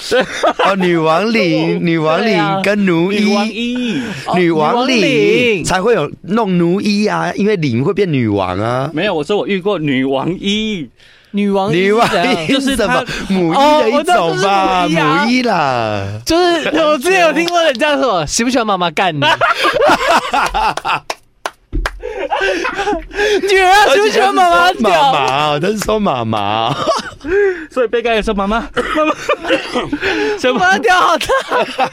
[SPEAKER 3] 哦，女王 领，女王
[SPEAKER 4] 对啊
[SPEAKER 3] 领跟奴役，
[SPEAKER 2] 一，
[SPEAKER 4] 哦
[SPEAKER 3] 女王
[SPEAKER 4] 女王领
[SPEAKER 3] 领才会有弄奴役啊，因为领会变女王啊。
[SPEAKER 2] 没有，我说我遇过女王一，
[SPEAKER 4] 女王
[SPEAKER 3] 女王
[SPEAKER 4] 领
[SPEAKER 3] 就
[SPEAKER 2] 就是是
[SPEAKER 3] 什么
[SPEAKER 2] 他
[SPEAKER 3] 母一
[SPEAKER 4] 哦
[SPEAKER 3] 的
[SPEAKER 4] 我
[SPEAKER 3] 一
[SPEAKER 4] 知道
[SPEAKER 3] 种吧，
[SPEAKER 4] 这是母一啊
[SPEAKER 3] 母一啦。
[SPEAKER 4] 就是我之前有听过人家说，喜不喜欢妈 妈干你？女儿喜不喜欢妈妈
[SPEAKER 3] 妈
[SPEAKER 4] 屌？
[SPEAKER 3] 妈，他是说妈妈，
[SPEAKER 2] 所以被盖也说：“妈妈，妈妈，什
[SPEAKER 4] 我
[SPEAKER 2] 么
[SPEAKER 4] 要掉好大，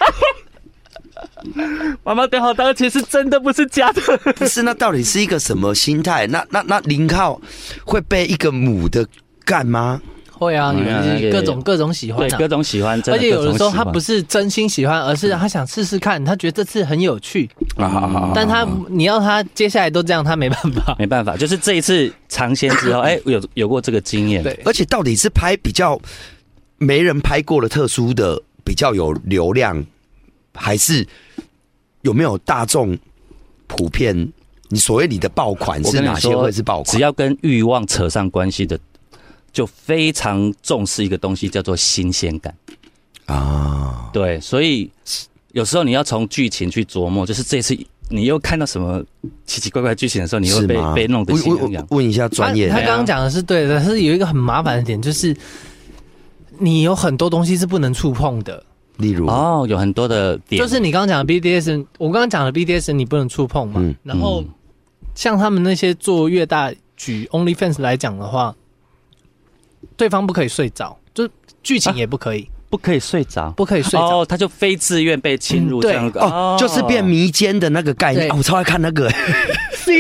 [SPEAKER 2] 妈妈对好大，而且是真的，不是假的。
[SPEAKER 3] 不是，那到底是一个什么心态？那那那零号会被一个母的干吗？
[SPEAKER 4] 会啊，
[SPEAKER 2] 嗯
[SPEAKER 4] 你
[SPEAKER 2] 对
[SPEAKER 4] 各种各种喜”欢
[SPEAKER 2] 对，
[SPEAKER 4] 啊
[SPEAKER 2] 各。种喜欢，嗯真
[SPEAKER 4] 而
[SPEAKER 2] 的
[SPEAKER 4] 且有的时候他不
[SPEAKER 2] 是
[SPEAKER 4] 是真心喜欢，而是他想试试看，他觉得这次很有趣。
[SPEAKER 2] 啊啊啊啊
[SPEAKER 4] 但他你要他接下来都这样，他没办 法。
[SPEAKER 2] 没办法，就是这一次尝鲜之 后，哎、有有过这个经验，
[SPEAKER 4] 对，
[SPEAKER 3] 而且到底是拍比较没人拍过的特殊的比较有流量，还是有没有大众普遍？你所谓你的爆款
[SPEAKER 2] 我
[SPEAKER 3] 是
[SPEAKER 2] 跟你
[SPEAKER 3] 哪些
[SPEAKER 2] 说
[SPEAKER 3] 会是爆款？
[SPEAKER 2] 只要跟欲望扯上关系的，就非常重视一个东西，叫做新鲜感。
[SPEAKER 3] 啊，
[SPEAKER 2] 对，所以有时候你要从剧情去琢磨，就是这次你又看到什么奇奇怪怪的剧情的时候，你
[SPEAKER 3] 是
[SPEAKER 2] 会被
[SPEAKER 3] 吗
[SPEAKER 2] 被弄得
[SPEAKER 3] 我
[SPEAKER 2] 心
[SPEAKER 3] 我
[SPEAKER 2] 痒痒。
[SPEAKER 3] 我问一下专业
[SPEAKER 2] 啊
[SPEAKER 4] 他他
[SPEAKER 3] 的，
[SPEAKER 4] 刚刚讲的是对的，但是有一个很麻烦的点，就是你有很多东西是不能触碰的，
[SPEAKER 3] 例如
[SPEAKER 2] 哦，有很多的点，
[SPEAKER 4] 就是你刚刚讲的 BDS，我刚刚讲的 BDS 你不能触碰嘛
[SPEAKER 3] 嗯。
[SPEAKER 4] 然后像他们那些做越大举 OnlyFans 来讲的话，对方不可以睡着，就是剧情也不可以，
[SPEAKER 2] 不可以睡着，
[SPEAKER 4] 不可以睡着。
[SPEAKER 2] 哦，他就非自愿被侵入
[SPEAKER 4] 嗯
[SPEAKER 2] 这
[SPEAKER 4] 对
[SPEAKER 2] 样一个
[SPEAKER 3] 哦，就是变迷奸的那个概念
[SPEAKER 4] 对
[SPEAKER 3] 啊，我超爱看那 个，
[SPEAKER 4] C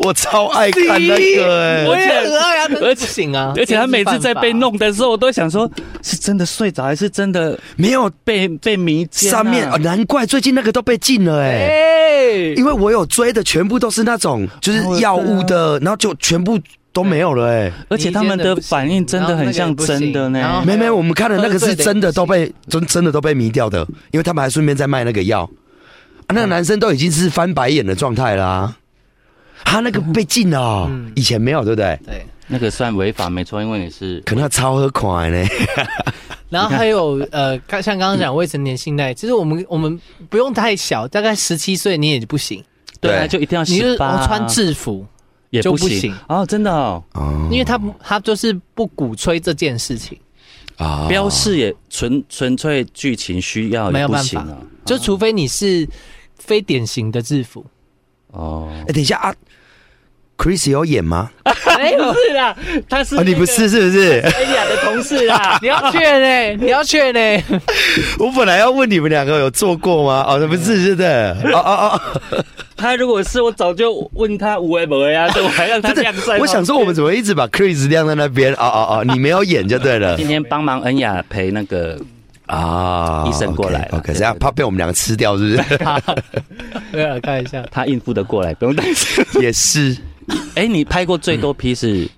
[SPEAKER 3] 我超爱看那个，
[SPEAKER 4] 我
[SPEAKER 3] 哎
[SPEAKER 4] 也很爱啊，
[SPEAKER 2] 而
[SPEAKER 4] 而
[SPEAKER 2] 且
[SPEAKER 4] 且不行啊，
[SPEAKER 2] 而且他每次在被
[SPEAKER 4] 这样是犯法，
[SPEAKER 2] 弄的时候，我都想说，是真的睡着还是真的
[SPEAKER 3] 没有
[SPEAKER 2] 被被迷奸、啊？
[SPEAKER 3] 上面，哦难怪最近那个都被禁了哎、
[SPEAKER 4] 哎，
[SPEAKER 3] 因为我有追的全部都是那种就是药物的，然后就全部都没有了哎、
[SPEAKER 2] 而且他们的反应真的很像真的
[SPEAKER 4] 然后
[SPEAKER 2] 呢
[SPEAKER 4] 那个也不行然后。
[SPEAKER 3] 没没，我们看的那个是真的
[SPEAKER 4] 喝醉的
[SPEAKER 3] 都被
[SPEAKER 4] 也不行
[SPEAKER 3] 真真的都被迷掉的，因为他们还顺便在卖那个药、啊，那个男生都已经是翻白眼的状态啦、他那个被禁了哦、
[SPEAKER 4] 嗯
[SPEAKER 3] 以前没有对不对？
[SPEAKER 4] 对，
[SPEAKER 2] 那个算违法没错，因为你是
[SPEAKER 3] 可能他超喝款呢，
[SPEAKER 4] 然后还有呃，看像刚刚讲未成年性爱，其实我们我们不用太小，大概十七岁你也不行，
[SPEAKER 2] 对啊，
[SPEAKER 3] 对
[SPEAKER 2] 就一定要
[SPEAKER 4] 你就是哦
[SPEAKER 2] 十八，
[SPEAKER 4] 穿制服，
[SPEAKER 2] 也
[SPEAKER 4] 就
[SPEAKER 2] 不
[SPEAKER 4] 不
[SPEAKER 2] 行
[SPEAKER 4] 行
[SPEAKER 2] 哦，真的哦，
[SPEAKER 3] 哦
[SPEAKER 4] 因为他他就是不鼓吹这件事情，
[SPEAKER 3] 啊
[SPEAKER 2] 标示也纯纯粹剧情需要，
[SPEAKER 4] 没有办
[SPEAKER 2] 也不行
[SPEAKER 4] 法
[SPEAKER 2] 啊，
[SPEAKER 4] 就除非你是非典型的制服，
[SPEAKER 2] 哦
[SPEAKER 3] 哎、。等一下啊，Chris 有演吗？
[SPEAKER 4] 哎呦，
[SPEAKER 2] 是啦，他哦是
[SPEAKER 3] 啊，你不是是不是？
[SPEAKER 2] 哎呀的同事啦，
[SPEAKER 4] 你要劝呢，你要欸劝呢，
[SPEAKER 3] 我本来要问你们两个有做过吗？哦，不是，是的，哦哦哦。
[SPEAKER 2] 他如果是我早就问他无为不为啊，对我还 让他
[SPEAKER 3] 真
[SPEAKER 2] 晾在。
[SPEAKER 3] 的，我想说我们怎么一直把 Chris 晾在那边？哦哦 哦，你没有演就对了
[SPEAKER 2] 今天帮忙恩雅陪那个
[SPEAKER 3] 啊
[SPEAKER 2] 医生过来了
[SPEAKER 3] OK，
[SPEAKER 2] 对
[SPEAKER 3] 这样怕被我们两个吃掉是 不
[SPEAKER 4] 没有看一下，
[SPEAKER 2] 他应付的过来，不用担心。
[SPEAKER 3] 是？也 是
[SPEAKER 2] 哎，你拍过最多批是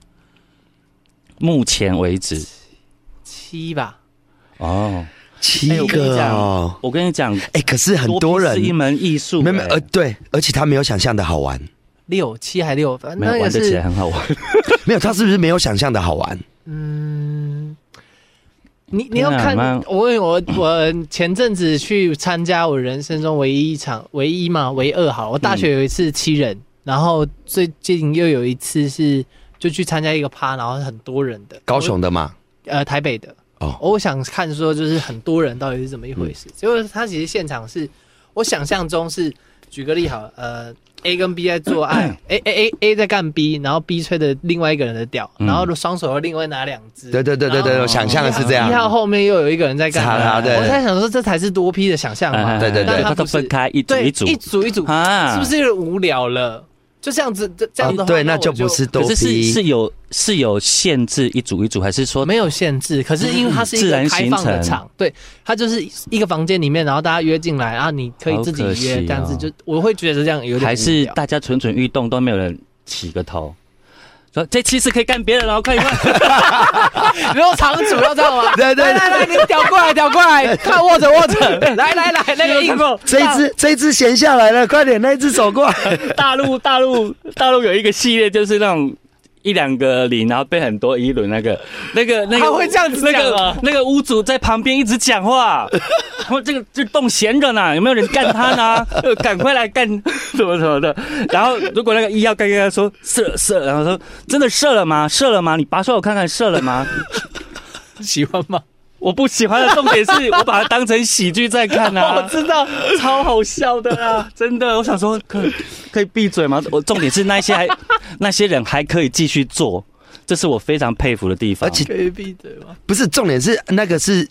[SPEAKER 2] 目前为止
[SPEAKER 4] 七吧，
[SPEAKER 2] 哦。
[SPEAKER 3] 七
[SPEAKER 2] 哎我跟你
[SPEAKER 3] 个
[SPEAKER 2] 讲
[SPEAKER 3] 哦。
[SPEAKER 2] 我跟你讲，
[SPEAKER 3] 哎，可是很多人
[SPEAKER 2] 是一门艺术，
[SPEAKER 3] 没有没有
[SPEAKER 2] 哎
[SPEAKER 3] 呃对，而且他没有想象的好玩，
[SPEAKER 4] 六七还六，反
[SPEAKER 2] 没
[SPEAKER 4] 正
[SPEAKER 2] 有
[SPEAKER 4] 那
[SPEAKER 2] 玩
[SPEAKER 4] 个
[SPEAKER 2] 得起
[SPEAKER 4] 是
[SPEAKER 2] 来很好玩。
[SPEAKER 3] 没有他是不是没有想象的好玩？
[SPEAKER 4] 嗯，你你要
[SPEAKER 2] 天啊
[SPEAKER 4] 看
[SPEAKER 2] 妈
[SPEAKER 4] 我我我前阵子去参加我人生中唯一一场唯一嘛唯二好，我大
[SPEAKER 3] 嗯
[SPEAKER 4] 学有一次七人，然后最近又有一次是就去参加一个趴，然后很多人的
[SPEAKER 3] 高雄的嘛，
[SPEAKER 4] 我呃台北的
[SPEAKER 3] 哦嗯
[SPEAKER 4] 我想看说就是很多人到底是怎么一回事，结果他其实现场是我想象中是举个例好了，呃。A 跟 B 在做爱
[SPEAKER 3] 嗯
[SPEAKER 4] ，A A A A 在干 B，然后 B 吹的另外一个人的屌，
[SPEAKER 2] 嗯
[SPEAKER 4] 然后双手又另外拿两只，
[SPEAKER 3] 对对对对
[SPEAKER 2] 哦
[SPEAKER 3] 对，
[SPEAKER 4] 然后
[SPEAKER 3] 我想象的是这样哦
[SPEAKER 4] 一。号后面又有一个人在干
[SPEAKER 3] 查
[SPEAKER 4] 嘛
[SPEAKER 3] 啦？对嗯
[SPEAKER 4] 我在想说，这才是多批的想象嘛。
[SPEAKER 3] 对对对
[SPEAKER 4] 但他
[SPEAKER 2] 他都
[SPEAKER 4] 不是
[SPEAKER 2] 分开一组
[SPEAKER 4] 对，
[SPEAKER 2] 一组
[SPEAKER 4] 一组一组，
[SPEAKER 2] 啊
[SPEAKER 4] 是不是有点无聊了？就这样子，这这样的
[SPEAKER 3] 哦
[SPEAKER 4] 话，
[SPEAKER 3] 对，
[SPEAKER 4] 那
[SPEAKER 3] 那
[SPEAKER 4] 我
[SPEAKER 3] 就不是多
[SPEAKER 2] 可是是
[SPEAKER 3] 批
[SPEAKER 2] 是有是有限制一组一组，还是说
[SPEAKER 4] 没有限制。可是因为它是一
[SPEAKER 2] 自
[SPEAKER 4] 个
[SPEAKER 2] 然
[SPEAKER 4] 开放
[SPEAKER 2] 形
[SPEAKER 4] 的
[SPEAKER 2] 成
[SPEAKER 4] 场，对，它就是一个房间里面，然后大家约进来啊，你可以自己
[SPEAKER 2] 好可惜哦
[SPEAKER 4] 约这样子，就我会觉得这样有点
[SPEAKER 2] 还
[SPEAKER 4] 无
[SPEAKER 2] 是
[SPEAKER 4] 聊
[SPEAKER 2] 大家蠢蠢欲动都没有人起个头？说这期是可以干别人了，快快！
[SPEAKER 4] 然后场主要这样 吗？
[SPEAKER 3] 对对对
[SPEAKER 4] 来来来，你屌过来，屌过 来，看握着握着，来来来， 那个硬
[SPEAKER 2] 过
[SPEAKER 3] 这一只这一只闲下来了，快点，那一只走过 来。
[SPEAKER 2] 大陆大陆大陆有一个系列，就是那种。一两个零，然后被很多一轮那个那个那个，
[SPEAKER 4] 他会这样子
[SPEAKER 2] 那
[SPEAKER 4] 讲
[SPEAKER 2] 个
[SPEAKER 4] 啊
[SPEAKER 2] 那个屋主在旁边一直讲话，然后这个这洞闲着呢，有没有人干他呢？呃赶快来干什么什么的。然后如果那个一要干干干说射了射了，然后说真的射了吗？射了吗？你拔出来我看看射了吗？
[SPEAKER 4] 喜欢吗？
[SPEAKER 2] 我不喜欢的重点是我把它当成喜剧在看啊，
[SPEAKER 4] 我知道，
[SPEAKER 2] 超好笑的啊！真的，我想说可可以闭嘴吗？我重点是那些还那些人还可以继续做，这是我非常佩服的地方。
[SPEAKER 3] 而且
[SPEAKER 4] 可以闭嘴吗？
[SPEAKER 3] 不是重点是那个是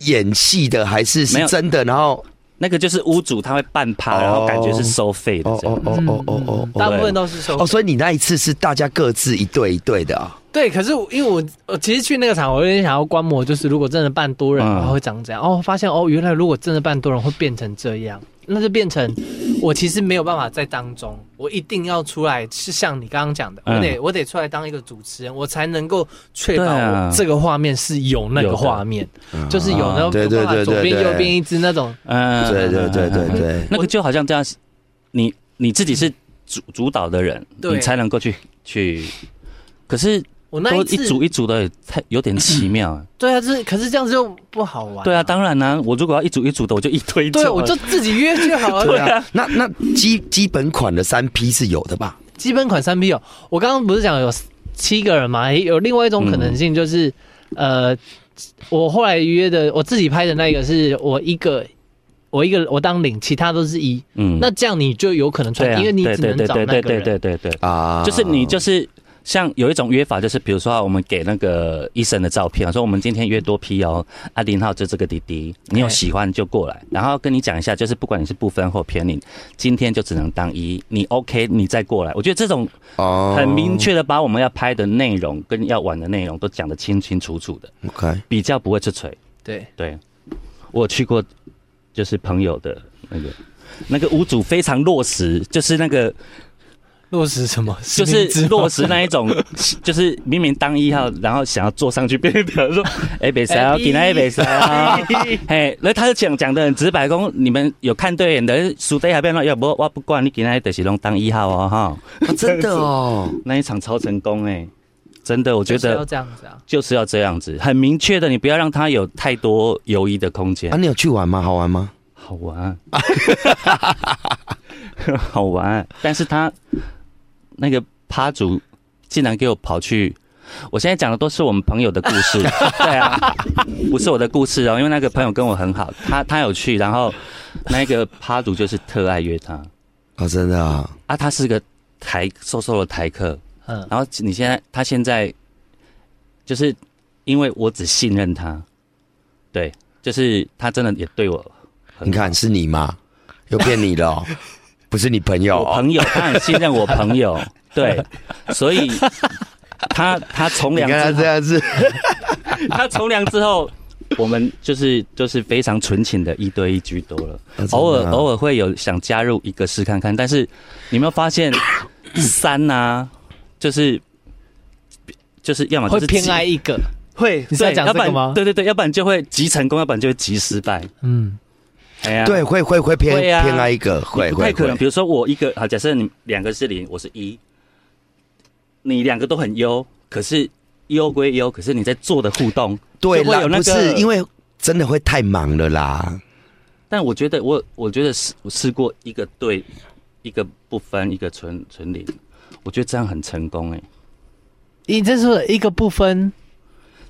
[SPEAKER 3] 演戏的还是
[SPEAKER 2] 没
[SPEAKER 3] 是
[SPEAKER 2] 有
[SPEAKER 3] 真的？然后
[SPEAKER 2] 那个就是屋主他会半趴，
[SPEAKER 3] 哦
[SPEAKER 2] 然后感觉是收费的
[SPEAKER 3] 哦
[SPEAKER 2] 这样。嗯
[SPEAKER 3] 哦哦哦哦哦
[SPEAKER 4] 大
[SPEAKER 3] 哦
[SPEAKER 4] 部分都是收
[SPEAKER 3] 哦，所以你那一次是大家各自一对一对的啊？
[SPEAKER 4] 对，可是我因为我我其实去那个场，我有点想要观摩，就是如果真的办多人，
[SPEAKER 2] 嗯
[SPEAKER 4] 然后会长怎样？哦，发现哦，原来如果真的办多人会变成这样，那就变成我其实没有办法在当中，我一定要出来，是像你刚刚讲
[SPEAKER 3] 嗯
[SPEAKER 4] 的，我得、我得出来当一个主持人，我才能够确保
[SPEAKER 2] 对啊
[SPEAKER 4] 我这个画面是有那
[SPEAKER 2] 有
[SPEAKER 4] 个
[SPEAKER 2] 的
[SPEAKER 4] 画面，就是有那
[SPEAKER 2] 啊
[SPEAKER 4] 种
[SPEAKER 3] 对对对对
[SPEAKER 4] 左边
[SPEAKER 3] 对
[SPEAKER 4] 右边一只那种，
[SPEAKER 2] 嗯
[SPEAKER 3] 哦对对对对对，
[SPEAKER 2] 那个就好像这样，你你自己是主主导的人，
[SPEAKER 4] 对
[SPEAKER 2] 你才能够去去。可是
[SPEAKER 4] 我那
[SPEAKER 2] 都
[SPEAKER 4] 一
[SPEAKER 2] 一
[SPEAKER 4] 次
[SPEAKER 2] 组一组的，太有点奇妙。
[SPEAKER 4] 对啊，就是可是这样子就不好玩、
[SPEAKER 2] 对啊，。当然啦、我如果要一组一组的，我就一推一
[SPEAKER 4] 对，啊
[SPEAKER 2] 就
[SPEAKER 4] 我就自己约就好 了。
[SPEAKER 3] 对啊，那那基基本款的三 P 是有的吧？
[SPEAKER 4] 基本款三 P 有，我刚刚不是讲有七个人嘛？也有另外一种可能性就是，
[SPEAKER 2] 嗯
[SPEAKER 4] 呃，我后来约的我自己拍的那个是我一个。我一个我当零，其他都是一，
[SPEAKER 2] 嗯
[SPEAKER 4] 那这样你就有可能穿，
[SPEAKER 2] 对啊，
[SPEAKER 4] 因为你只能找那
[SPEAKER 2] 对
[SPEAKER 4] 个
[SPEAKER 2] 对
[SPEAKER 4] 人。
[SPEAKER 2] 对对对对对，
[SPEAKER 3] 啊，
[SPEAKER 2] 就是你就是。像有一种约法，就是比如说啊我们给那个医生的照片，啊说我们今天约多批哦，啊林浩就这个弟弟，你有
[SPEAKER 4] 哎
[SPEAKER 2] 喜欢就过来，然后跟你讲一下，就是不管你是不分或偏零，今天就只能当一，你 OK 你再过来。我觉得这种
[SPEAKER 3] 哦
[SPEAKER 2] 很明确的把我们要拍的内容跟要玩的内容都讲得清清楚楚的，
[SPEAKER 3] ，OK，
[SPEAKER 2] 比较不会出锤。
[SPEAKER 4] 对
[SPEAKER 2] 对，我去过，就是朋友的那个那个屋主非常落实，就是那个
[SPEAKER 4] 落实什么？
[SPEAKER 2] 就是落实那一种， 就是明明当一号，然后想要坐上去，别人 说哎北塞啊，
[SPEAKER 4] 哎
[SPEAKER 2] 给那北塞啊，嘿，那他就讲讲的很直白，讲你们有看对眼的，输对还变了，要不我不管你给那得是拢当一号哦哈，
[SPEAKER 3] 啊真的哦，
[SPEAKER 2] 那一场超成功哎、真的我觉
[SPEAKER 4] 就是
[SPEAKER 2] 得
[SPEAKER 4] 要。这样子啊。
[SPEAKER 2] 就是要这样子，很明确的，你不要让他有太多犹疑的空间
[SPEAKER 3] 啊，。你有去玩吗？好玩吗？
[SPEAKER 2] 好玩， 好玩。但是他那个趴主竟然给我跑去，我现在讲的都是我们朋友的故事，对啊，不是我的故事哦，因为那个朋友跟我很好，他他有去，然后那个趴主就是特爱约他
[SPEAKER 3] 啊，真的啊，
[SPEAKER 2] 啊，他是个台瘦瘦的台客，
[SPEAKER 4] 嗯，
[SPEAKER 2] 然后你现在他现在就是因为我只信任他，对，就是他真的也对我很好
[SPEAKER 3] 你看是你吗？又骗你 了哦，不是你朋友
[SPEAKER 2] 我
[SPEAKER 3] 哦，
[SPEAKER 2] 朋友，他很信任我朋 友，对，所以他他从
[SPEAKER 3] 你
[SPEAKER 2] 良
[SPEAKER 3] 看他
[SPEAKER 2] 之
[SPEAKER 3] 这
[SPEAKER 2] 后，
[SPEAKER 3] 样子，
[SPEAKER 2] 他从良之后，我们就是就是非常纯情的一对一居多了，
[SPEAKER 3] 啊
[SPEAKER 2] 偶尔偶
[SPEAKER 3] 尔
[SPEAKER 2] 尔会有想加入一个试看看，但是你有没有发 现三呐、就是就是要么啊就
[SPEAKER 4] 会
[SPEAKER 2] 是
[SPEAKER 4] 偏
[SPEAKER 2] 极
[SPEAKER 4] 爱一个，
[SPEAKER 2] 会，
[SPEAKER 4] 你是要
[SPEAKER 2] 对
[SPEAKER 4] 讲
[SPEAKER 2] 要
[SPEAKER 4] 这
[SPEAKER 2] 不
[SPEAKER 4] 个
[SPEAKER 2] 然
[SPEAKER 4] 吗
[SPEAKER 2] 对对对，要不然就会极成功，要不然就会极失败。
[SPEAKER 4] 嗯，
[SPEAKER 2] 哎呀，
[SPEAKER 3] 对，会会会偏
[SPEAKER 2] 会啊
[SPEAKER 3] 偏爱一个，
[SPEAKER 2] 你
[SPEAKER 3] 会
[SPEAKER 2] 不太
[SPEAKER 3] 会
[SPEAKER 2] 可能。
[SPEAKER 3] 会
[SPEAKER 2] 比如说我一个好，假设你两个是零，我是一，你两个都很优，可是优归优，可是你在做的互动，
[SPEAKER 3] 对
[SPEAKER 2] 就会
[SPEAKER 3] 啦
[SPEAKER 2] 有，那
[SPEAKER 3] 不
[SPEAKER 2] 个
[SPEAKER 3] 是因为真的会太忙了啦，
[SPEAKER 2] 但我觉得我我觉得试我试过一个对，一个不分，一个纯纯零，我觉得这样很成功哎、
[SPEAKER 4] 你这是一个不分，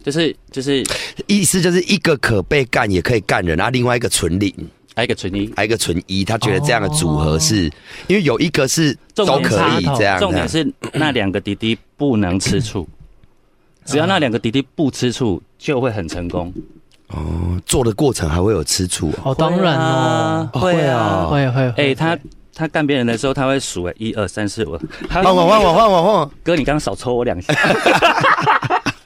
[SPEAKER 2] 就是就是
[SPEAKER 3] 意思就是一个可被干也可以干人，啊，另外一个纯零，
[SPEAKER 2] 挨个纯一，
[SPEAKER 3] 还有一个纯一，他觉得这样的组合是，因为有一个是
[SPEAKER 2] 重
[SPEAKER 3] 都
[SPEAKER 2] 点
[SPEAKER 3] 可以
[SPEAKER 4] 是
[SPEAKER 3] 这样的，
[SPEAKER 2] 重点是那两个弟弟不能吃醋，只要那两个弟弟不吃醋，就会很成功。
[SPEAKER 3] 哦，做的过程还会有吃醋哦。
[SPEAKER 4] 哦，当然哦，
[SPEAKER 2] 会啊，会啊
[SPEAKER 4] 会会，
[SPEAKER 2] 哎、
[SPEAKER 4] 会
[SPEAKER 2] 他他干别人的时候，他会数哎，一二三四五。他
[SPEAKER 3] 啊换我换我换我换我，
[SPEAKER 2] 哥，你刚刚少抽我两下。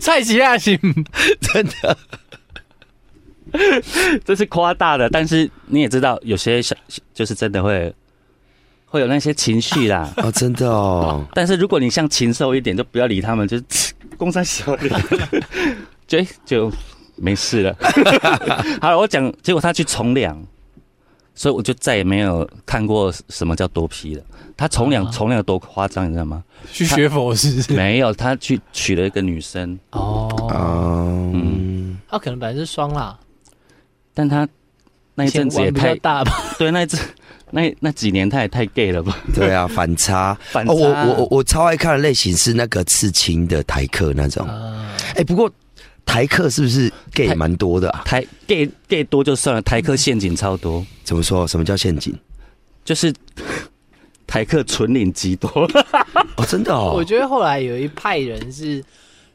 [SPEAKER 4] 蔡奇亚行，
[SPEAKER 3] 真的
[SPEAKER 2] 这是夸大的，但是你也知道，有些小就是真的会会有那些情绪啦。
[SPEAKER 3] 哦，真的哦，
[SPEAKER 2] 但是如果你像禽兽一点，就不要理他们，就是 公山小人， 就就没事了。 好了，我讲，结果他去从良，所以我就再也没有看过什么叫多批了。他从良
[SPEAKER 4] 啊
[SPEAKER 2] 从良有多夸张，你知道吗？
[SPEAKER 4] 去学佛是不是？
[SPEAKER 2] 没有，他去娶了一个女生。
[SPEAKER 4] 哦，
[SPEAKER 3] 嗯，
[SPEAKER 4] 他可能本来是双啦，
[SPEAKER 2] 但他那一阵子也
[SPEAKER 4] 钱玩比较
[SPEAKER 2] 太
[SPEAKER 4] 大吧？
[SPEAKER 2] 对，那一阵那那几年他也太 gay 了吧？
[SPEAKER 3] 对 啊，反差。
[SPEAKER 2] 反差
[SPEAKER 3] 哦，我我我我超爱看的类型是那个刺青的台客那种。哎，不过台客是不是 gay
[SPEAKER 2] 台
[SPEAKER 3] 蛮多的啊？
[SPEAKER 2] 台 gay gay 多就算了，台客陷阱超多，
[SPEAKER 3] 怎么说？什么叫陷阱？
[SPEAKER 2] 就是台客纯领极多，
[SPEAKER 3] 哦，真的哦
[SPEAKER 4] 我，觉得后来有一派人是，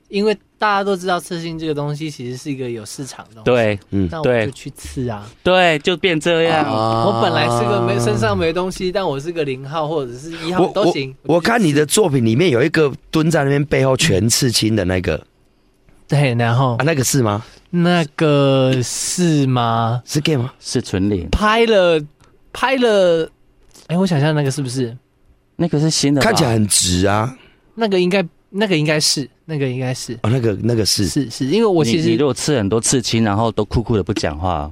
[SPEAKER 4] 因为大家都知道刺青这个东西其实是一个有市场的东西，，
[SPEAKER 2] 对
[SPEAKER 3] 嗯，
[SPEAKER 4] 那
[SPEAKER 2] 对
[SPEAKER 4] 我就去刺啊。
[SPEAKER 2] 对，就变这样。
[SPEAKER 4] 我本来是个没身上没东西，但我是个零号或者是一号
[SPEAKER 3] 我
[SPEAKER 4] 都行。
[SPEAKER 3] 我我看你
[SPEAKER 4] 的
[SPEAKER 3] 的作品里面有一个蹲在那边背后全刺青的那个
[SPEAKER 4] 对，然后
[SPEAKER 3] 啊，那个是吗？
[SPEAKER 4] 那个是吗？
[SPEAKER 3] 是 gay 吗？
[SPEAKER 2] 是纯领，
[SPEAKER 4] 拍了拍了，哎，我想想那个是不是？
[SPEAKER 2] 那个是新的吧，
[SPEAKER 3] 看起来很直啊，
[SPEAKER 4] 那个应该那个应该是那个应该是
[SPEAKER 3] 哦，那个那个是
[SPEAKER 4] 是是，因为我
[SPEAKER 2] 你
[SPEAKER 4] 其
[SPEAKER 2] 你
[SPEAKER 4] 实
[SPEAKER 2] 如果刺很多刺青，然后都酷酷的不讲话，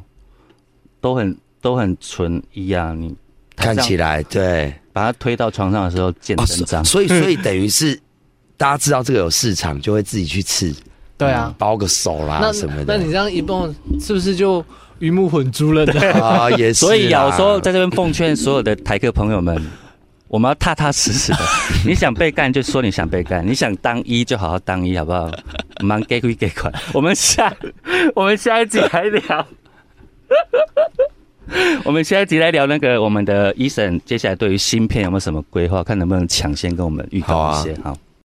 [SPEAKER 2] 都很都很纯一啊，你
[SPEAKER 3] 看起
[SPEAKER 2] 来
[SPEAKER 3] 来对，
[SPEAKER 2] 把他推到床上的时候见
[SPEAKER 3] 哦，
[SPEAKER 2] 真章
[SPEAKER 3] 所，所以所以等于是大家知道这个有市场，就会自己去刺，
[SPEAKER 4] 对啊。
[SPEAKER 3] 包个手啦
[SPEAKER 4] 那
[SPEAKER 3] 嗯什么
[SPEAKER 4] 那你
[SPEAKER 3] 的
[SPEAKER 4] 这样一蹦，是不是就鱼目混 珠了呢？
[SPEAKER 3] 啊，也是啦。
[SPEAKER 2] 所以啊，我说在这边奉劝所有的台客朋友们，我们要踏踏实 实的。你想被干就说你想被干，你想当一就好好当一，好不好？忙给归给款。我们下我们下一集来聊。 我们下一集来聊那个我们的医生，接下来对于芯片有没有什么规划？看能不能抢先跟我们预
[SPEAKER 3] 好
[SPEAKER 2] 告
[SPEAKER 3] 啊
[SPEAKER 2] 一些。好